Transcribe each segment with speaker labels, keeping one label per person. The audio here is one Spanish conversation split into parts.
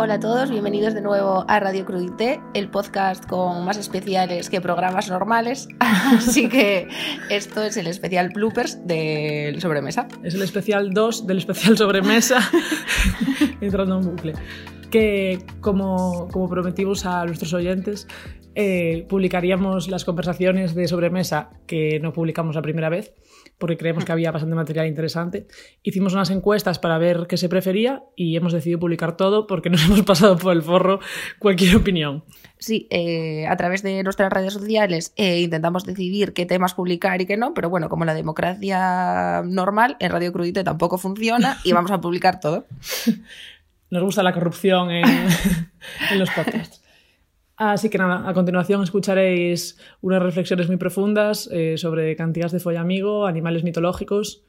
Speaker 1: Hola a todos, bienvenidos de nuevo a Radio Crudité, el podcast con más especiales que programas normales. Así que esto es el especial bloopers del sobremesa.
Speaker 2: Es el especial 2 del especial sobremesa, entrando en bucle. Que, como, como prometimos a nuestros oyentes, eh, publicaríamos las conversaciones de sobremesa que no publicamos la primera vez, porque creemos que había bastante material interesante. Hicimos unas encuestas para ver qué se prefería y hemos decidido publicar todo porque nos hemos pasado por el forro cualquier opinión.
Speaker 1: Sí, eh, a través de nuestras redes sociales eh, intentamos decidir qué temas publicar y qué no, pero bueno, como la democracia normal en Radio Crudite tampoco funciona y vamos a publicar todo.
Speaker 2: Nos gusta la corrupción en, en los podcasts. Así que nada, a continuación escucharéis unas reflexiones muy profundas eh, sobre cantidades de follamigo, animales mitológicos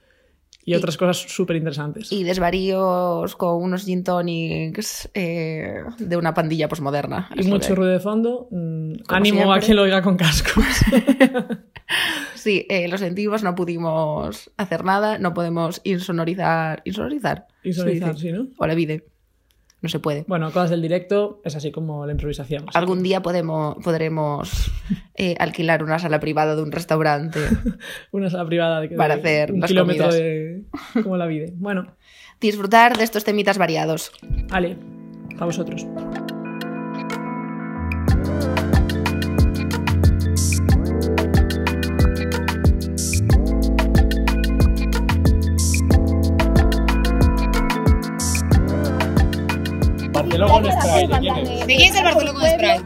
Speaker 2: y,
Speaker 1: Y-
Speaker 2: otras cosas súper interesantes.
Speaker 1: Y desvaríos con unos gin tonics eh, de una pandilla posmoderna.
Speaker 2: Y mucho ruido de fondo. mm,
Speaker 1: Como
Speaker 2: ánimo a
Speaker 1: siempre.
Speaker 2: quien lo oiga con cascos.
Speaker 1: Sí, eh, lo sentimos, no pudimos hacer nada, no podemos insonorizar. ¿Insonorizar?
Speaker 2: y sonorizar, sí, ¿no?
Speaker 1: O la vide. No se puede.
Speaker 2: Bueno, cosas del directo es así como la improvisación. así
Speaker 1: Algún día podemos, podremos eh, alquilar una sala privada de un restaurante.
Speaker 2: que Una sala privada de,
Speaker 1: Para
Speaker 2: de
Speaker 1: hacer
Speaker 2: un
Speaker 1: las
Speaker 2: kilómetro
Speaker 1: comidas.
Speaker 2: de como la vida. Bueno,
Speaker 1: Disfrutar de estos temitas variados.
Speaker 2: Ale, a vosotros. Barcelona no está ahí, ¿quién es?
Speaker 1: ¿De quién es el Barcelona con Sprite?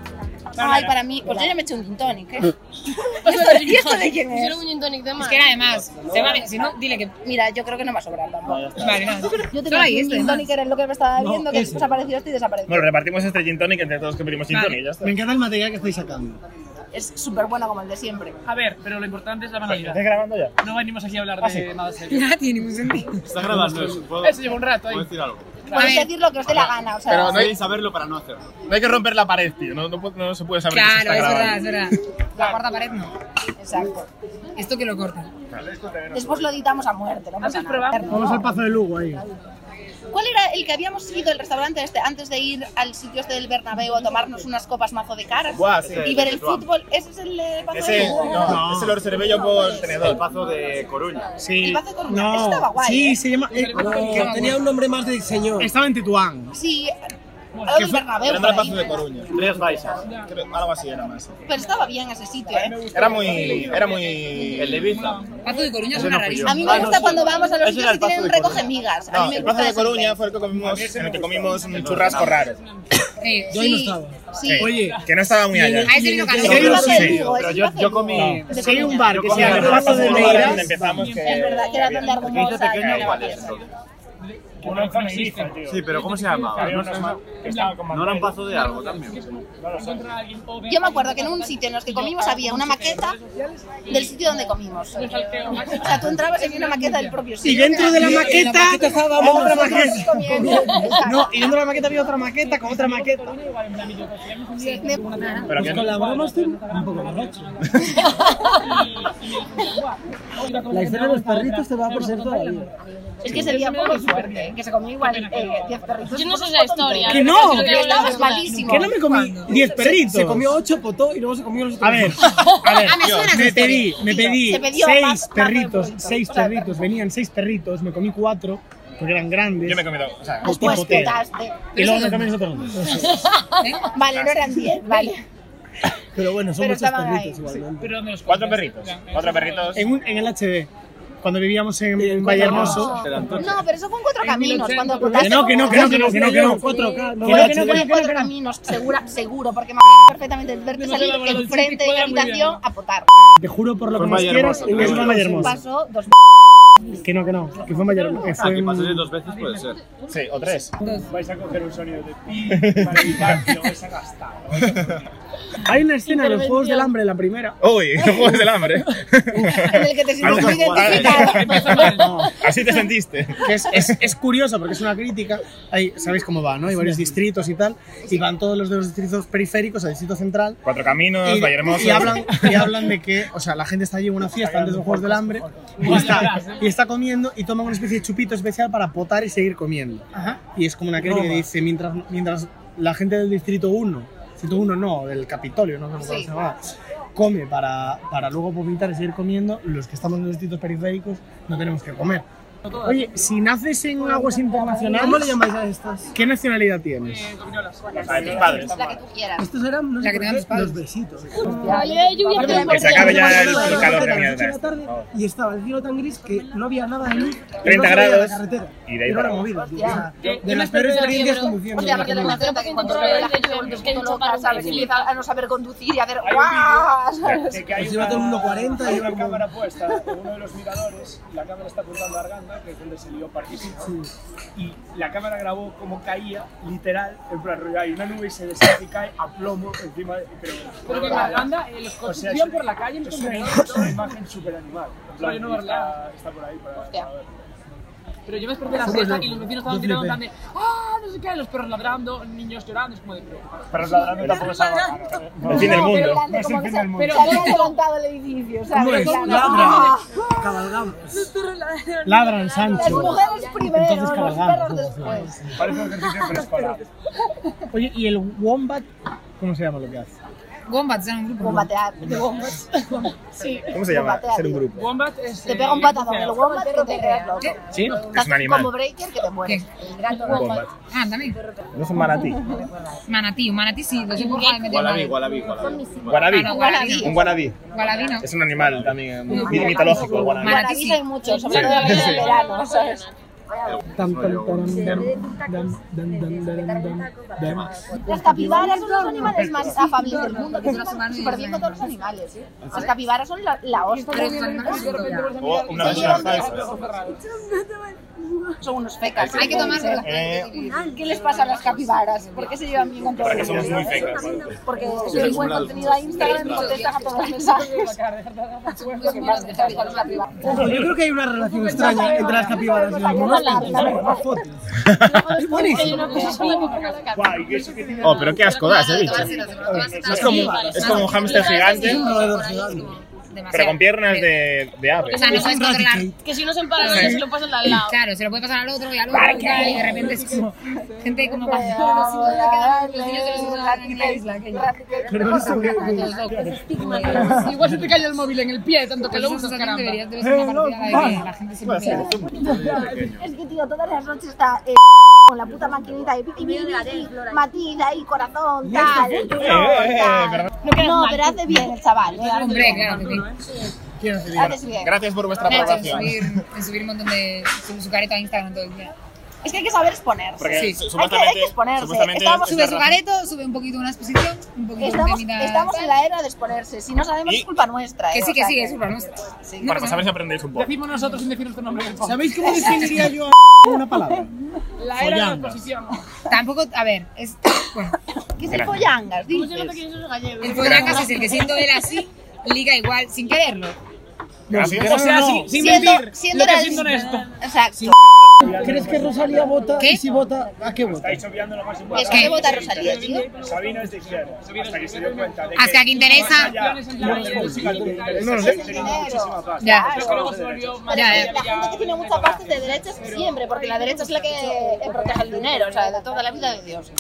Speaker 1: Ay, para mí, pues yo ya me eché un gin tonic, ¿eh? ¿Y esto, y esto de quién es?
Speaker 3: Pusieron un gin tonic de más.
Speaker 4: Es que era de más. Se va bien, si no, dile que.
Speaker 1: Mira, yo creo que no me va a sobrar tampoco.
Speaker 4: Vale, nada.
Speaker 1: Yo
Speaker 4: Solo
Speaker 1: tenía
Speaker 4: hay
Speaker 1: un
Speaker 4: este,
Speaker 1: gin
Speaker 4: además.
Speaker 1: tonic, era lo que me estaba
Speaker 5: No,
Speaker 1: viendo, que
Speaker 5: ese.
Speaker 1: desapareció este y desapareció.
Speaker 6: Bueno, repartimos este gin tonic entre todos los que pedimos gin
Speaker 4: Vale.
Speaker 6: tonic y ya está.
Speaker 5: Me encanta el material que estáis sacando.
Speaker 1: Es súper bueno como el de siempre.
Speaker 7: A ver, pero lo importante es la banalidad.
Speaker 6: ¿Estás grabando ya?
Speaker 7: No venimos aquí a
Speaker 1: Ah,
Speaker 7: hablar de nada serio.
Speaker 4: Nada tiene ningún sentido.
Speaker 8: Está grabando eso. ¿Puedo,
Speaker 7: Eso lleva un rato ahí.
Speaker 8: puedo decir algo?
Speaker 1: Podéis
Speaker 4: ver.
Speaker 1: decir lo que os dé la gana, o sea...
Speaker 6: Pero no hay-
Speaker 8: Podéis saberlo para no hacerlo.
Speaker 6: No hay que romper la pared, tío. No, no pu- no se puede saber que se
Speaker 4: Claro,
Speaker 6: está
Speaker 4: es verdad, es
Speaker 6: grabando.
Speaker 4: verdad. La cuarta pared no.
Speaker 1: Exacto.
Speaker 4: Esto que lo cortan.
Speaker 1: Después lo editamos a muerte, no pasa
Speaker 7: Antes
Speaker 1: nada.
Speaker 7: probamos.
Speaker 5: Vamos al Pazo de Lugo ahí.
Speaker 1: ¿Cuál era el que habíamos ido el restaurante este antes de ir al sitio este del Bernabéu a tomarnos unas copas mazo de caras?
Speaker 8: Buah, sí.
Speaker 1: y ver el fútbol, ese es el eh, Pazo de
Speaker 6: Ese,
Speaker 1: Lugo?
Speaker 6: no, ese lo reservé yo por
Speaker 8: El
Speaker 6: tenedor.
Speaker 8: pazo de Coruña.
Speaker 1: El
Speaker 5: Sí.
Speaker 1: Pazo de Coruña. Ese estaba guay,
Speaker 5: Sí,
Speaker 1: ¿eh?
Speaker 5: se llama. eh,
Speaker 4: que tenía un
Speaker 5: nombre más de diseño. Estaba en Tetuán.
Speaker 1: Sí, al del Bernabéu por
Speaker 6: Pero no era
Speaker 1: ahí.
Speaker 6: paso de Coruña.
Speaker 8: Tres baixas.
Speaker 6: Creo- Algo así era más.
Speaker 1: Pero estaba bien ese sitio, ¿eh?
Speaker 6: Era muy. Era muy.
Speaker 8: El de Ibiza.
Speaker 4: Pazo de Coruña es
Speaker 8: Ese
Speaker 4: una
Speaker 8: no fui yo.
Speaker 4: rarísima.
Speaker 1: A mí
Speaker 8: Ah,
Speaker 1: me
Speaker 8: no,
Speaker 1: gusta
Speaker 8: sí.
Speaker 1: cuando vamos a los
Speaker 8: Ese
Speaker 1: sitios
Speaker 8: era
Speaker 1: que
Speaker 8: el Pazo
Speaker 1: tienen
Speaker 8: de Coruña.
Speaker 1: recoge migas. A
Speaker 6: No,
Speaker 1: mí me
Speaker 6: el paso
Speaker 1: gusta
Speaker 6: de
Speaker 1: ese
Speaker 6: Coruña
Speaker 1: nivel.
Speaker 6: fue el que comimos, en el que comimos un churrasco raro.
Speaker 4: Sí,
Speaker 5: Yo ahí no
Speaker 4: sí.
Speaker 5: estaba.
Speaker 1: Sí.
Speaker 6: Sí.
Speaker 5: Oye.
Speaker 6: Que no estaba muy allá.
Speaker 4: A ese vino
Speaker 5: Sí,
Speaker 1: Ese
Speaker 5: sí,
Speaker 1: es el
Speaker 4: calor.
Speaker 1: Pazo de
Speaker 6: sí,
Speaker 1: Lugo,
Speaker 8: pero
Speaker 1: ese
Speaker 8: yo-
Speaker 1: es el
Speaker 8: yo
Speaker 1: Pazo de Lugo.
Speaker 5: Si hay un bar que se llama
Speaker 6: el
Speaker 5: el Pazo de
Speaker 6: de Leiras, donde
Speaker 5: Leiras.
Speaker 6: empezamos que.
Speaker 1: Es verdad, que era donde
Speaker 8: ¿Qué hizo
Speaker 1: Argumosa.
Speaker 8: pequeño? ¿Cuál es?
Speaker 6: Uno en Ibiza, tío.
Speaker 8: Sí, pero ¿cómo se llamaba?
Speaker 6: Había unos más que estaban como-
Speaker 8: No era un pazo de algo también.
Speaker 7: Encontrar a alguien joven.
Speaker 1: Yo me acuerdo que en un sitio en los que comimos había una maqueta del sitio donde comimos. O sea, tú entrabas y había una maqueta del propio sitio.
Speaker 5: Y dentro de la maqueta había otra maqueta.
Speaker 1: maqueta.
Speaker 5: No, y dentro de la maqueta había otra maqueta con otra maqueta.
Speaker 1: Sí, de-
Speaker 6: Pero que-
Speaker 5: la broma estoy un poco borracho. La historia de los perritos te va a presentar todavía.
Speaker 1: Es que sería poco suerte, que se comió igual eh, 10 perritos.
Speaker 3: Yo no sé esa historia.
Speaker 5: Que no,
Speaker 3: creo
Speaker 1: Que estabas
Speaker 3: es
Speaker 1: malísimo.
Speaker 5: ¿Qué no me comí? 10 perritos. Se comió 8 potó y luego se comió los otros. A ver, a
Speaker 1: Ah,
Speaker 5: ver,
Speaker 4: me suena esa
Speaker 5: me
Speaker 4: historia.
Speaker 5: pedí, me pedí
Speaker 1: Se pidió más-
Speaker 5: 6
Speaker 1: más
Speaker 5: perritos,
Speaker 1: revuelto.
Speaker 5: 6
Speaker 1: O sea,
Speaker 5: perritos, venían 6 perritos, me comí 4 porque eran grandes.
Speaker 6: Yo me he comido. O sea,
Speaker 1: Después
Speaker 5: Potero.
Speaker 1: petaste.
Speaker 5: Y luego me comí los otros. dos.
Speaker 1: Vale, no eran 10, vale.
Speaker 5: Pero bueno, son
Speaker 1: Pero
Speaker 5: muchos
Speaker 1: estaban ahí.
Speaker 5: perritos igualmente.
Speaker 7: Pero ¿dónde los
Speaker 6: cuatro
Speaker 7: compras?
Speaker 6: perritos. Cuatro perritos.
Speaker 5: En, un- en el HD, cuando vivíamos en Valle Hermoso,
Speaker 1: No, pero eso fue en cuatro caminos. Cuando
Speaker 5: Que
Speaker 1: petaste.
Speaker 5: no, que no, que no, que no, que no, que no.
Speaker 1: Fue que no fue en cuatro caminos, segura, seguro, porque me acuerdo perfectamente el verte
Speaker 7: Hemos
Speaker 1: salir
Speaker 7: elaborado el
Speaker 1: enfrente
Speaker 7: chiste,
Speaker 1: de la
Speaker 7: cuadra muy bien.
Speaker 1: habitación a potar.
Speaker 5: Te juro por lo que
Speaker 8: Fue en
Speaker 5: más
Speaker 8: Valle
Speaker 5: quieras,
Speaker 8: Hermoso,
Speaker 5: y eso
Speaker 8: creo.
Speaker 5: fue en Valle Hermoso.
Speaker 1: Pasó dos
Speaker 5: Que no, que no, que fue en Valle Hermoso.
Speaker 6: Ah,
Speaker 5: que fue
Speaker 8: Ah, Que
Speaker 5: en-
Speaker 8: pases dos veces puede ser.
Speaker 6: Sí, o tres.
Speaker 7: Vais a coger un sonido de pi para evitar que lo vais a gastar.
Speaker 5: Hay una escena de los Juegos del Hambre, la primera.
Speaker 6: Uy, los juegos del hambre.
Speaker 1: en el que te sientes muy
Speaker 6: Algo-
Speaker 1: identificado.
Speaker 6: Así te sentiste.
Speaker 5: que es, es, es curioso porque es una crítica. Hay, Sabéis cómo va, ¿no? Hay varios distritos y tal. Y van todos los de los distritos periféricos al distrito central.
Speaker 6: Cuatro caminos,
Speaker 5: Y,
Speaker 6: Valle Hermoso.
Speaker 5: y hablan, y hablan de que, o sea, la gente está allí en una fiesta antes de los Juegos del Hambre y está, y está comiendo y toma una especie de chupito especial para potar y seguir comiendo. Y es como una crítica que dice, mientras, mientras la gente del distrito 1, distrito 1 no, del Capitolio, no sé cómo
Speaker 4: Sí.
Speaker 5: se llama, come para, para luego vomitar y seguir comiendo, los que estamos en los distritos periféricos no tenemos que comer. Oye, si naces en aguas internacionales, ¿cómo le llamáis a estas? ¿Qué nacionalidad tienes?
Speaker 6: A ver, tus padres.
Speaker 9: pues,
Speaker 1: La que tú quieras.
Speaker 5: Estos eran no sé
Speaker 4: La que
Speaker 5: por
Speaker 4: tengan
Speaker 5: qué,
Speaker 4: tus padres.
Speaker 5: los besitos.
Speaker 6: Que se acabe ya el
Speaker 5: Bueno,
Speaker 6: calor de
Speaker 5: a las
Speaker 6: mierda.
Speaker 5: ocho de la tarde y estaba el cielo tan gris que no había nada de luz. y
Speaker 6: 30
Speaker 5: no se veía
Speaker 6: grados,
Speaker 5: La carretera.
Speaker 6: y de ahí
Speaker 5: Era
Speaker 6: para
Speaker 5: una
Speaker 6: abajo.
Speaker 5: movida, tío. O sea,
Speaker 3: Hostia.
Speaker 5: de las peores experiencias conduciendo.
Speaker 1: Hostia, porque la gente que cuando se ve la gente vuelve un poco loca, ¿sabes? Y empieza a no saber conducir y a ver ¡guau! ¿sabes?
Speaker 7: De que hay
Speaker 5: Pues iba todo el mundo 40 y
Speaker 7: hay
Speaker 5: iba
Speaker 7: una
Speaker 5: como-
Speaker 7: cámara puesta en uno de los miradores, la cámara está apuntando a Arganda, que es donde se lió partísimo, y la cámara grabó cómo caía, literal, en plan rollo, hay una nube y se deshace y cae a plomo encima de... Pero,
Speaker 3: Pero que en Arganda, eh, los coches iban por la calle en
Speaker 7: es una,
Speaker 3: contenedores,
Speaker 7: es una imagen súper animal. En plan,
Speaker 3: Oye, no,
Speaker 7: está, está por ahí para,
Speaker 1: Hostia.
Speaker 7: para ver.
Speaker 3: Pero yo me desperté a la
Speaker 5: Nosotros
Speaker 3: fiesta
Speaker 5: no.
Speaker 3: y los vecinos estaban
Speaker 5: Yo
Speaker 3: tirando en plan
Speaker 5: flipé.
Speaker 3: de ¡Ah! No sé qué, los perros ladrando, niños llorando, es como de... Pero,
Speaker 7: Pero ladrando tampoco es algo raro, ¿eh?
Speaker 6: El fin del mundo.
Speaker 7: No es el fin del mundo.
Speaker 3: pero
Speaker 5: ¿Cómo es? Ladra. Cabalgamos. Ladran, Sancho. Las mujeres primero, los perros después.
Speaker 7: Parece un ejercicio preescolar.
Speaker 5: Oye, ¿y el wombat? ¿Cómo se llama lo que hace?
Speaker 4: Wombats era un grupo.
Speaker 9: Combatear de bombas.
Speaker 6: ¿Cómo se llama? Ser un grupo.
Speaker 3: Wombat es...
Speaker 9: Te
Speaker 3: eh,
Speaker 9: pega un patadón, el
Speaker 3: buceo.
Speaker 9: wombat perro te quedas loco.
Speaker 5: Sí.
Speaker 6: Es un animal.
Speaker 9: Como breaker que te mueres. El gran
Speaker 6: Un
Speaker 9: wombat.
Speaker 6: wombat.
Speaker 4: Ah, también.
Speaker 6: No es un manatí.
Speaker 4: Manatí, un manatí sí, lo sé por meter
Speaker 8: Gualabí,
Speaker 4: mal.
Speaker 8: gualabí, gualabí.
Speaker 6: Guanabí.
Speaker 4: Ah, no, gualabí.
Speaker 6: Un guanabí.
Speaker 4: Gualabí no.
Speaker 6: Es un animal también muy mitológico. el guanabí.
Speaker 9: Bueno,
Speaker 4: Manatí
Speaker 9: aquí
Speaker 4: sí.
Speaker 9: hay muchos, sobre todo en el verano, ¿sabes?
Speaker 5: Tan, tan, tan,
Speaker 9: Las capibaras son los animales más afables del mundo, que se llevan súper bien con todos los animales. Las capibaras son la, la hostia.
Speaker 6: O una persona falsa.
Speaker 9: Son unos fecas. Ah,
Speaker 4: Hay que tomarlo.
Speaker 6: Eh,
Speaker 9: ¿Qué les pasa a las capibaras? ¿Por qué se llevan bien con todos
Speaker 6: para que
Speaker 9: los
Speaker 6: somos
Speaker 9: animales?
Speaker 6: muy fecas.
Speaker 9: Porque suben buen contenido a Instagram y contestan a todos los mensajes.
Speaker 4: Los monos de Javi, con los capibaras.
Speaker 5: Ojo, yo creo que hay una relación extraña entre las capibaras y los monos. Es buenísimo.
Speaker 7: Guay, que eso que tiene-
Speaker 6: Oh, pero qué asco da ese bicho.
Speaker 4: Es
Speaker 6: Es como, es como un hámster gigante,
Speaker 5: Un roedor gigante.
Speaker 6: pero con piernas de, de ave.
Speaker 4: O sea, no puedes controlar.
Speaker 3: Que si no son paranoias, se lo pasan al lado.
Speaker 4: Claro, se lo puede pasar al otro y al otro y tal, y de repente es como gente como pasando.
Speaker 9: Voy a darle
Speaker 4: Los niños se los usan en la isla. que ya.
Speaker 5: Pero eso que...
Speaker 3: Igual se te cae el móvil en el pie, tanto que
Speaker 4: Pues
Speaker 3: lo
Speaker 4: esa
Speaker 3: usas,
Speaker 4: sensación
Speaker 3: caramba. Eh,
Speaker 4: deberías de ver una partida de que la gente se emplea.
Speaker 9: Es que, tío, todas las noches está eh, con la puta maquinita de pipi, Matilda y corazón, tal. No,
Speaker 6: Eh,
Speaker 9: tal. No, pero hace bien el chaval. ¿eh? Hace
Speaker 4: Hombre,
Speaker 9: bien.
Speaker 4: claro que sí.
Speaker 9: Haces bien.
Speaker 6: Gracias por vuestra
Speaker 4: Nacho, en
Speaker 6: aprobación.
Speaker 4: subir, en subir un montón de. su, su careta a Instagram todo el día.
Speaker 9: Es que hay que saber exponerse.
Speaker 6: Porque
Speaker 4: Sí.
Speaker 6: su-
Speaker 9: Hay que, hay que
Speaker 6: supuestamente,
Speaker 9: exponerse.
Speaker 6: supuestamente
Speaker 9: Estamos,
Speaker 6: es
Speaker 4: Sube
Speaker 6: la
Speaker 4: su
Speaker 6: razón.
Speaker 4: careto, sube un poquito una exposición, un poquito
Speaker 9: estamos,
Speaker 4: de mitad.
Speaker 9: estamos en la era de exponerse. Si no sabemos,
Speaker 6: Y-
Speaker 9: es culpa nuestra. ¿eh?
Speaker 4: Que sí,
Speaker 9: O
Speaker 4: que
Speaker 9: sea
Speaker 4: sí, es culpa nuestra. No
Speaker 6: Para
Speaker 4: pasa
Speaker 6: saber si aprendéis un poco.
Speaker 3: Decimos nosotros sin decir nuestro nombre.
Speaker 5: ¿Sabéis cómo definiría yo a con una palabra?
Speaker 3: La era de la
Speaker 5: Follando.
Speaker 3: exposición.
Speaker 4: nada. Tampoco, a ver, es. Bueno,
Speaker 9: ¿Qué es el
Speaker 6: Gracias.
Speaker 9: follangas?
Speaker 3: Pues yo no te
Speaker 9: Dices.
Speaker 3: quiero ser gallego.
Speaker 4: el follangas es el que siendo él así, liga igual, sin quererlo.
Speaker 3: O
Speaker 6: Gracias.
Speaker 3: sea, sin, sin
Speaker 9: Siendo-
Speaker 3: mentir, lo
Speaker 9: siendo
Speaker 3: que
Speaker 9: real-
Speaker 3: siendo honesto.
Speaker 9: Exacto.
Speaker 5: ¿Crees que Rosalía vota?
Speaker 4: ¿Qué?
Speaker 5: ¿Y si vota? ¿A qué vota?
Speaker 7: Estáis obviando lo más
Speaker 9: Es
Speaker 7: importante.
Speaker 9: que vota Rosalía, tío.
Speaker 7: Sabina es de izquierda. Hasta que se dio cuenta de que...
Speaker 4: Hasta que interesa.
Speaker 7: Ya, ya no es política,
Speaker 5: No, no
Speaker 9: Es el
Speaker 5: sé.
Speaker 7: tenía
Speaker 9: dinero.
Speaker 7: muchísima pasta.
Speaker 4: Ya.
Speaker 3: Pero luego se volvió más
Speaker 4: Ya,
Speaker 9: eh, La gente que tiene mucha parte es de derechas siempre, porque la derecha es la que eh, protege el dinero, o sea, de toda la vida de Dios.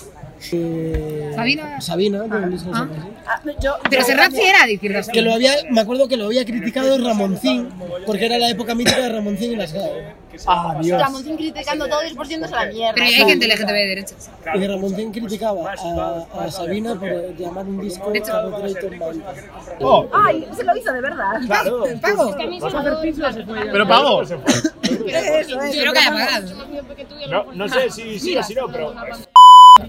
Speaker 4: Sabina.
Speaker 10: Eh, Sabina, de Luis
Speaker 4: Ah.
Speaker 10: González, ¿sí?
Speaker 9: Ah, yo,
Speaker 4: Pero Serrat sí era de izquierdas.
Speaker 10: que lo había, me acuerdo que lo había criticado Ramoncín, porque era la época mítica de Ramoncín y las E. GAE.
Speaker 5: Ah, Dios.
Speaker 9: Ramoncín criticando todo y exponiéndose a la mierda.
Speaker 4: Pero hay gente LGTB de derechas.
Speaker 10: Y Ramoncín criticaba a, a Sabina por llamar un disco Carbonator Man.
Speaker 6: Oh,
Speaker 9: Ay, se lo hizo de verdad.
Speaker 6: claro.
Speaker 4: Pago.
Speaker 6: Pero pagó.
Speaker 4: Yo creo que haya pagado.
Speaker 7: No, no sé si sí o si no, pero...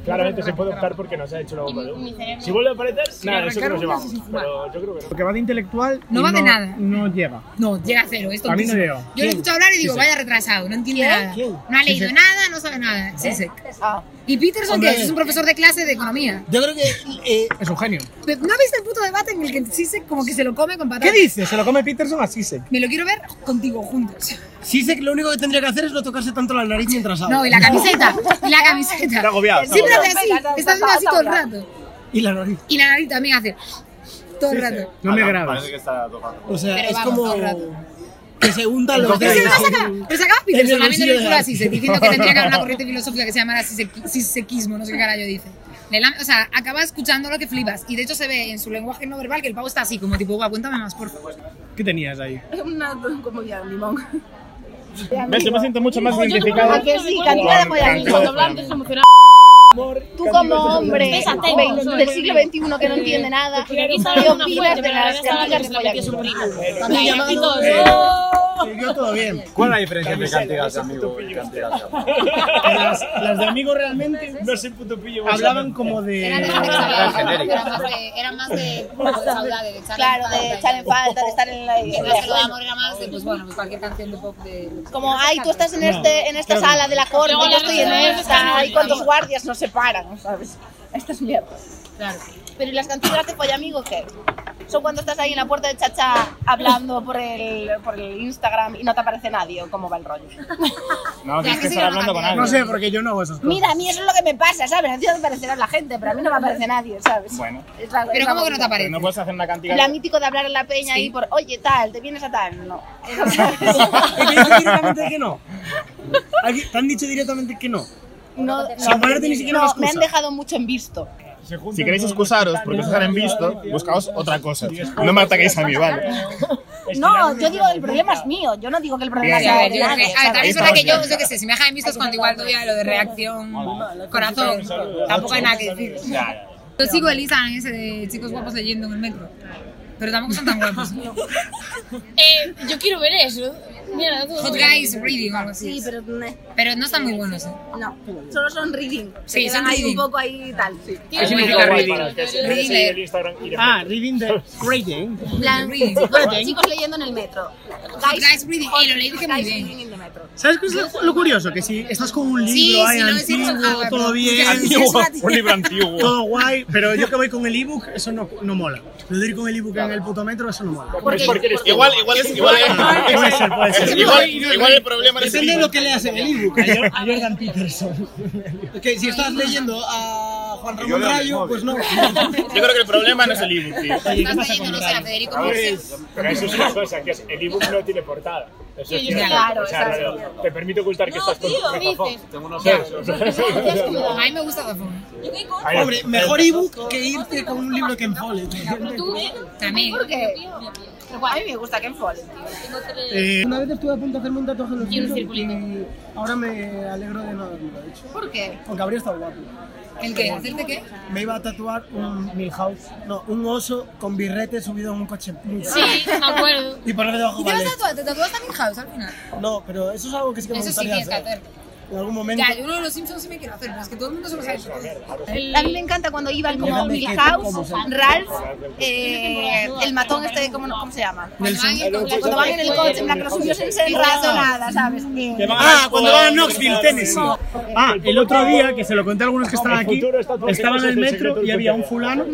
Speaker 7: Claramente se puede optar porque nos ha hecho la bomba de humo. Si vuelve a aparecer, nada, nosotros nos llevamos. Pero yo creo que no.
Speaker 5: Porque va de intelectual y
Speaker 4: No va de nada.
Speaker 5: No llega.
Speaker 4: No, llega a cero. Esto
Speaker 5: A mí no llega.
Speaker 4: Yo le escucho hablar y digo, vaya retrasado, no entiende nada. No ha leído nada, no sabe nada.
Speaker 5: ¿Eh?
Speaker 4: Sí, sí.
Speaker 9: Ah.
Speaker 4: ¿Y Peterson
Speaker 10: Hombre.
Speaker 4: qué es? Es un profesor de clase de economía.
Speaker 10: Yo creo que eh,
Speaker 5: Es un genio.
Speaker 4: Pero, ¿No viste el puto debate en el que Sisek como que se lo come con
Speaker 5: ¿Qué
Speaker 4: patatas?
Speaker 5: dices? Se lo come Peterson a Sisek.
Speaker 4: Me lo quiero ver contigo juntos.
Speaker 10: Sisek lo único que tendría que hacer es no tocarse tanto la nariz mientras habla.
Speaker 4: No, y la camiseta. Y la camiseta.
Speaker 6: Está agobiado, está
Speaker 4: Siempre hace
Speaker 9: agobiado.
Speaker 4: así. Está haciendo así todo el rato.
Speaker 10: Y la nariz.
Speaker 4: Y la nariz también hace. Todo el rato.
Speaker 5: No me
Speaker 8: Ah,
Speaker 5: grabes.
Speaker 8: Parece que está tocando.
Speaker 10: O sea,
Speaker 4: Pero
Speaker 10: es
Speaker 4: vamos, todo el
Speaker 10: como...
Speaker 4: rato.
Speaker 7: que se hundan los
Speaker 4: Pero
Speaker 7: dedos.
Speaker 4: se acaba, pero se acaba
Speaker 7: En el
Speaker 4: Peterson hablando
Speaker 7: bolsillo
Speaker 4: del
Speaker 7: de
Speaker 4: culo
Speaker 7: la-
Speaker 4: así, se- diciendo que tendría que haber una corriente filosófica que se llamara siseki- sisequismo, no sé qué carajo dice. Le lam- o sea, acaba escuchando lo que flipas. Y de hecho se ve en su lenguaje no verbal que el pavo está así, como tipo, va, cuéntame más, por favor.
Speaker 5: ¿Qué tenías ahí?
Speaker 9: Una como ya un limón.
Speaker 6: ¿Ves? Yo me siento mucho más
Speaker 9: Oye, yo
Speaker 6: identificado.
Speaker 9: creo que sí, cantidad de mollanín.
Speaker 6: Cuando
Speaker 9: hablamos
Speaker 6: hablamos-
Speaker 9: Tú como hombre vein- del siglo XXI que no entiende nada,
Speaker 11: Porque aquí
Speaker 9: ¿qué
Speaker 11: está hablando una
Speaker 9: opinas
Speaker 11: fuente,
Speaker 9: de
Speaker 11: pero la
Speaker 9: las
Speaker 11: verdad es que
Speaker 9: cantigas
Speaker 11: se
Speaker 9: de
Speaker 11: la metió su
Speaker 9: mollanín?
Speaker 11: También
Speaker 9: Ay,
Speaker 11: llamado-
Speaker 9: chicos,
Speaker 11: Eh,
Speaker 9: ¡oh!
Speaker 5: todo bien.
Speaker 12: ¿Cuál es la diferencia entre cantidad de amigo y cantidad de amigo?
Speaker 5: las, las de amigos realmente no se puto pillo. Hablaban como de.
Speaker 12: Eran de genérico.
Speaker 4: Era más de, era más de saudade, de echar
Speaker 9: Claro,
Speaker 4: en
Speaker 9: de
Speaker 4: falta.
Speaker 9: echar en falta, de estar en la. en
Speaker 4: Era
Speaker 9: la-
Speaker 4: más de amor, era más de, pues bueno, pues cualquier canción de pop de...
Speaker 9: Como, ay, tú estás en, este, en esta
Speaker 4: Creo que-
Speaker 9: sala de la corte,
Speaker 4: Luego
Speaker 9: yo estoy en
Speaker 4: la-
Speaker 9: esta, ay, cuántos guardias nos separan, ¿sabes? Esto es mierda.
Speaker 4: Claro.
Speaker 9: Pero ¿y las cantigas de pollamigo qué? Son cuando estás ahí en la puerta de chacha hablando por el, por el Instagram y no te aparece nadie, o cómo va el rollo.
Speaker 6: No, tienes que
Speaker 9: sí,
Speaker 6: estar
Speaker 9: no,
Speaker 6: hablando con
Speaker 9: cantidad.
Speaker 6: alguien.
Speaker 9: No sé,
Speaker 5: porque yo no hago esas
Speaker 9: Mira, a mí eso es lo que me pasa, ¿sabes? A ti no te aparecerá la gente, pero a mí no me aparece nadie, ¿sabes?
Speaker 6: Bueno.
Speaker 9: Es la- es la movida.
Speaker 6: Pero No puedes hacer una cantidad.
Speaker 9: La mítico de hablar a la peña ahí por, oye, tal, te vienes a tal. No.
Speaker 5: ¿Te han dicho directamente que no? Aquí- ¿Te han dicho directamente que no?
Speaker 9: No, no,
Speaker 5: Sin ponerte ni siquiera una
Speaker 9: no, me han
Speaker 5: excusa.
Speaker 9: dejado mucho en visto.
Speaker 6: Si queréis excusaros porque os han visto, buscaos otra cosa. No me ataquéis a mí, vale.
Speaker 9: No, yo digo, el problema es mío. Yo no digo que el problema
Speaker 4: Sí, a
Speaker 9: sea
Speaker 4: ver,
Speaker 9: de
Speaker 4: yo creo
Speaker 9: nadie,
Speaker 4: que- a ver, también es
Speaker 9: ¿sabes?
Speaker 4: verdad que yo, yo qué sé, si me dejan en vistos cuando igual doy a lo de reacción, corazón, tampoco hay nada que decir. Yo sigo el Instagram ese de chicos guapos leyendo en el metro, pero tampoco son tan guapos.
Speaker 11: Eh, yo quiero ver eso. Mira, tú.
Speaker 4: Hot guys reading o algo así.
Speaker 9: pero no.
Speaker 4: Pero no están muy buenos, ¿eh?
Speaker 9: No, solo son reading. Se
Speaker 4: Sí,
Speaker 9: quedan
Speaker 4: son
Speaker 9: ahí
Speaker 4: reading.
Speaker 9: un poco ahí tal, sí.
Speaker 4: ¿Qué significa reading? Reading leer.
Speaker 5: Ah, reading the reading.
Speaker 9: Plan reading. Chicos, chicos leyendo en el metro.
Speaker 4: Hot guys reading. Eh, lo leí dije muy bien.
Speaker 5: ¿Sabes qué es lo, lo curioso? Que si estás con un libro
Speaker 4: Sí,
Speaker 5: ahí
Speaker 4: sí, no, es
Speaker 5: antiguo,
Speaker 4: eso, ah,
Speaker 5: todo
Speaker 4: no.
Speaker 5: bien,
Speaker 4: Antiguo, Sí, es una-
Speaker 6: un libro antiguo.
Speaker 5: todo guay, pero yo que voy con el ebook, eso no, no mola. Lo de ir con el ebook en el puto metro, eso no mola.
Speaker 6: Porque- Porque eres- igual- igual es- igual es-
Speaker 5: Puede ser, puede ser.
Speaker 6: Igual- igual el problema es el
Speaker 7: Depende de
Speaker 6: ebook.
Speaker 7: lo que leas en el ebook.
Speaker 5: A Jordan Peterson.
Speaker 7: Que si estás leyendo a Juan
Speaker 6: Yo
Speaker 7: Ramón
Speaker 6: leo en el
Speaker 7: Rayo,
Speaker 6: móvil.
Speaker 7: pues no.
Speaker 6: Yo creo que el problema no es el ebook, tío.
Speaker 4: Oye, ¿qué pasa Estás con leyendo, no sé, Rayo? a Federico Murcia.
Speaker 6: Pero eso es una cosa, que es- el ebook no tiene portada. Eso es
Speaker 4: Sí,
Speaker 6: cierto.
Speaker 4: claro,
Speaker 6: O sea,
Speaker 4: exacto.
Speaker 6: no, te permite ocultar que
Speaker 4: No,
Speaker 6: estás con
Speaker 4: tío,
Speaker 6: un megafón.
Speaker 4: dices.
Speaker 6: Tengo unos
Speaker 4: Ya.
Speaker 6: dedos.
Speaker 4: A mí me gusta Dofón.
Speaker 7: Hombre, mejor ebook que irte con un libro que enfole.
Speaker 4: También.
Speaker 9: ¿Por qué? A mí me gusta que enfole.
Speaker 5: Una vez estuve a punto de hacerme un tatuaje en los
Speaker 9: Y un
Speaker 5: libros
Speaker 9: circulito.
Speaker 5: y ahora me alegro de no haberlo hecho.
Speaker 4: ¿Por qué?
Speaker 5: Porque habría estado guapo.
Speaker 4: ¿El qué? ¿Hacerte qué?
Speaker 5: Me iba a tatuar un Milhouse, no, un oso con birrete subido en un coche.
Speaker 4: Sí, me acuerdo.
Speaker 5: Y ponerle debajo
Speaker 4: ¿Y te vas
Speaker 5: vale.
Speaker 4: a tatuar? ¿Te tatuaste a House al final?
Speaker 5: No, pero eso es algo que sí que me
Speaker 4: Eso sí
Speaker 5: gustaría
Speaker 4: tienes que
Speaker 5: hacer.
Speaker 4: hacer.
Speaker 5: En algún momento.
Speaker 4: Ya, yo uno de los Simpsons sí me quiero hacer, pero es que todo el mundo se lo sabe.
Speaker 9: A mí me encanta cuando iban como
Speaker 4: Déjame que-
Speaker 9: Milhouse,
Speaker 4: ¿cómo se-
Speaker 9: Ralph, eh, el matón este, ¿cómo, no- cómo se llama?
Speaker 4: Cuando van en el coche.
Speaker 9: Cuando van en el coche, en plan, que los suyos se dicen nada, ¿sabes?
Speaker 5: Que van a- Ah, cuando van a Knoxville, Tennessee. Ah, el otro día, que se lo conté a algunos que estaban
Speaker 2: Ah, El
Speaker 5: aquí,
Speaker 2: futuro está todo
Speaker 5: estaba en
Speaker 2: en
Speaker 5: el
Speaker 2: el
Speaker 5: metro
Speaker 2: secreto
Speaker 5: y había un
Speaker 2: del
Speaker 5: fulano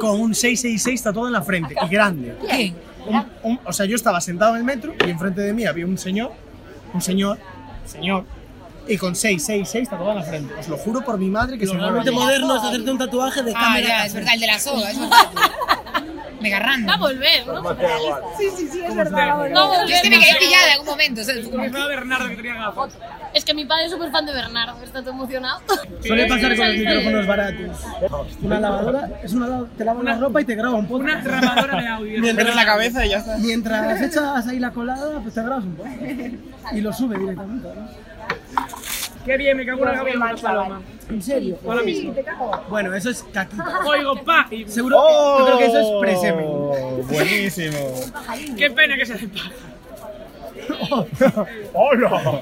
Speaker 5: con un 666 tatuado en la frente, y grande.
Speaker 4: ¿Quién?
Speaker 5: Un- un- o sea, yo estaba sentado en el metro y enfrente de mí había un señor, un señor, señor, y con 666 tatuado en la frente. Os lo juro por mi madre que
Speaker 7: Lo
Speaker 5: se me
Speaker 7: realmente
Speaker 5: olvidó.
Speaker 7: moderno es hacerte un tatuaje de
Speaker 4: Ah,
Speaker 7: cámara.
Speaker 4: ya, es verdad, el de la soga, es verdad. Mega random. Va a volver,
Speaker 9: Sí, sí, sí, es verdad. va a volver.
Speaker 4: Yo es que me quedé pillada en algún momento. o sea, como- "Ah,
Speaker 2: Bernardo que tenía gafas.
Speaker 11: Es que mi padre es súper fan de Bernardo, está todo emocionado.
Speaker 5: Suele pasar con los micrófonos baratos. Una lavadora, es una, lava- te lavan la ropa y te graba un podcast. Una
Speaker 2: grabadora de audio.
Speaker 5: Mientras
Speaker 2: Metes la cabeza y ya está.
Speaker 5: Mientras echas ahí la colada, pues te grabas un podcast. Y lo sube directamente. ¿no?
Speaker 2: Qué bien, me cago en la cabeza.
Speaker 5: Qué mal, chaval. ¿En serio?
Speaker 2: Ahora mismo.
Speaker 5: Bueno, eso es caquita.
Speaker 2: Oigo, pa. y-
Speaker 5: Seguro
Speaker 2: Oh,
Speaker 5: yo creo que eso es presemen.
Speaker 6: Oh. Buenísimo.
Speaker 2: Qué pena que se hace pa.
Speaker 6: ¡Hola!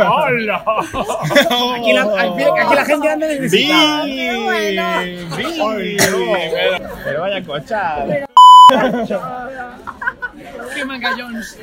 Speaker 6: ¡Hola!
Speaker 5: Aquí la, aquí, aquí la gente anda necesitada.
Speaker 6: ¡Bim!
Speaker 5: ¡Qué bueno!
Speaker 6: ¡Bim! Pero- Pero vaya cochada.
Speaker 2: Qué mangallones.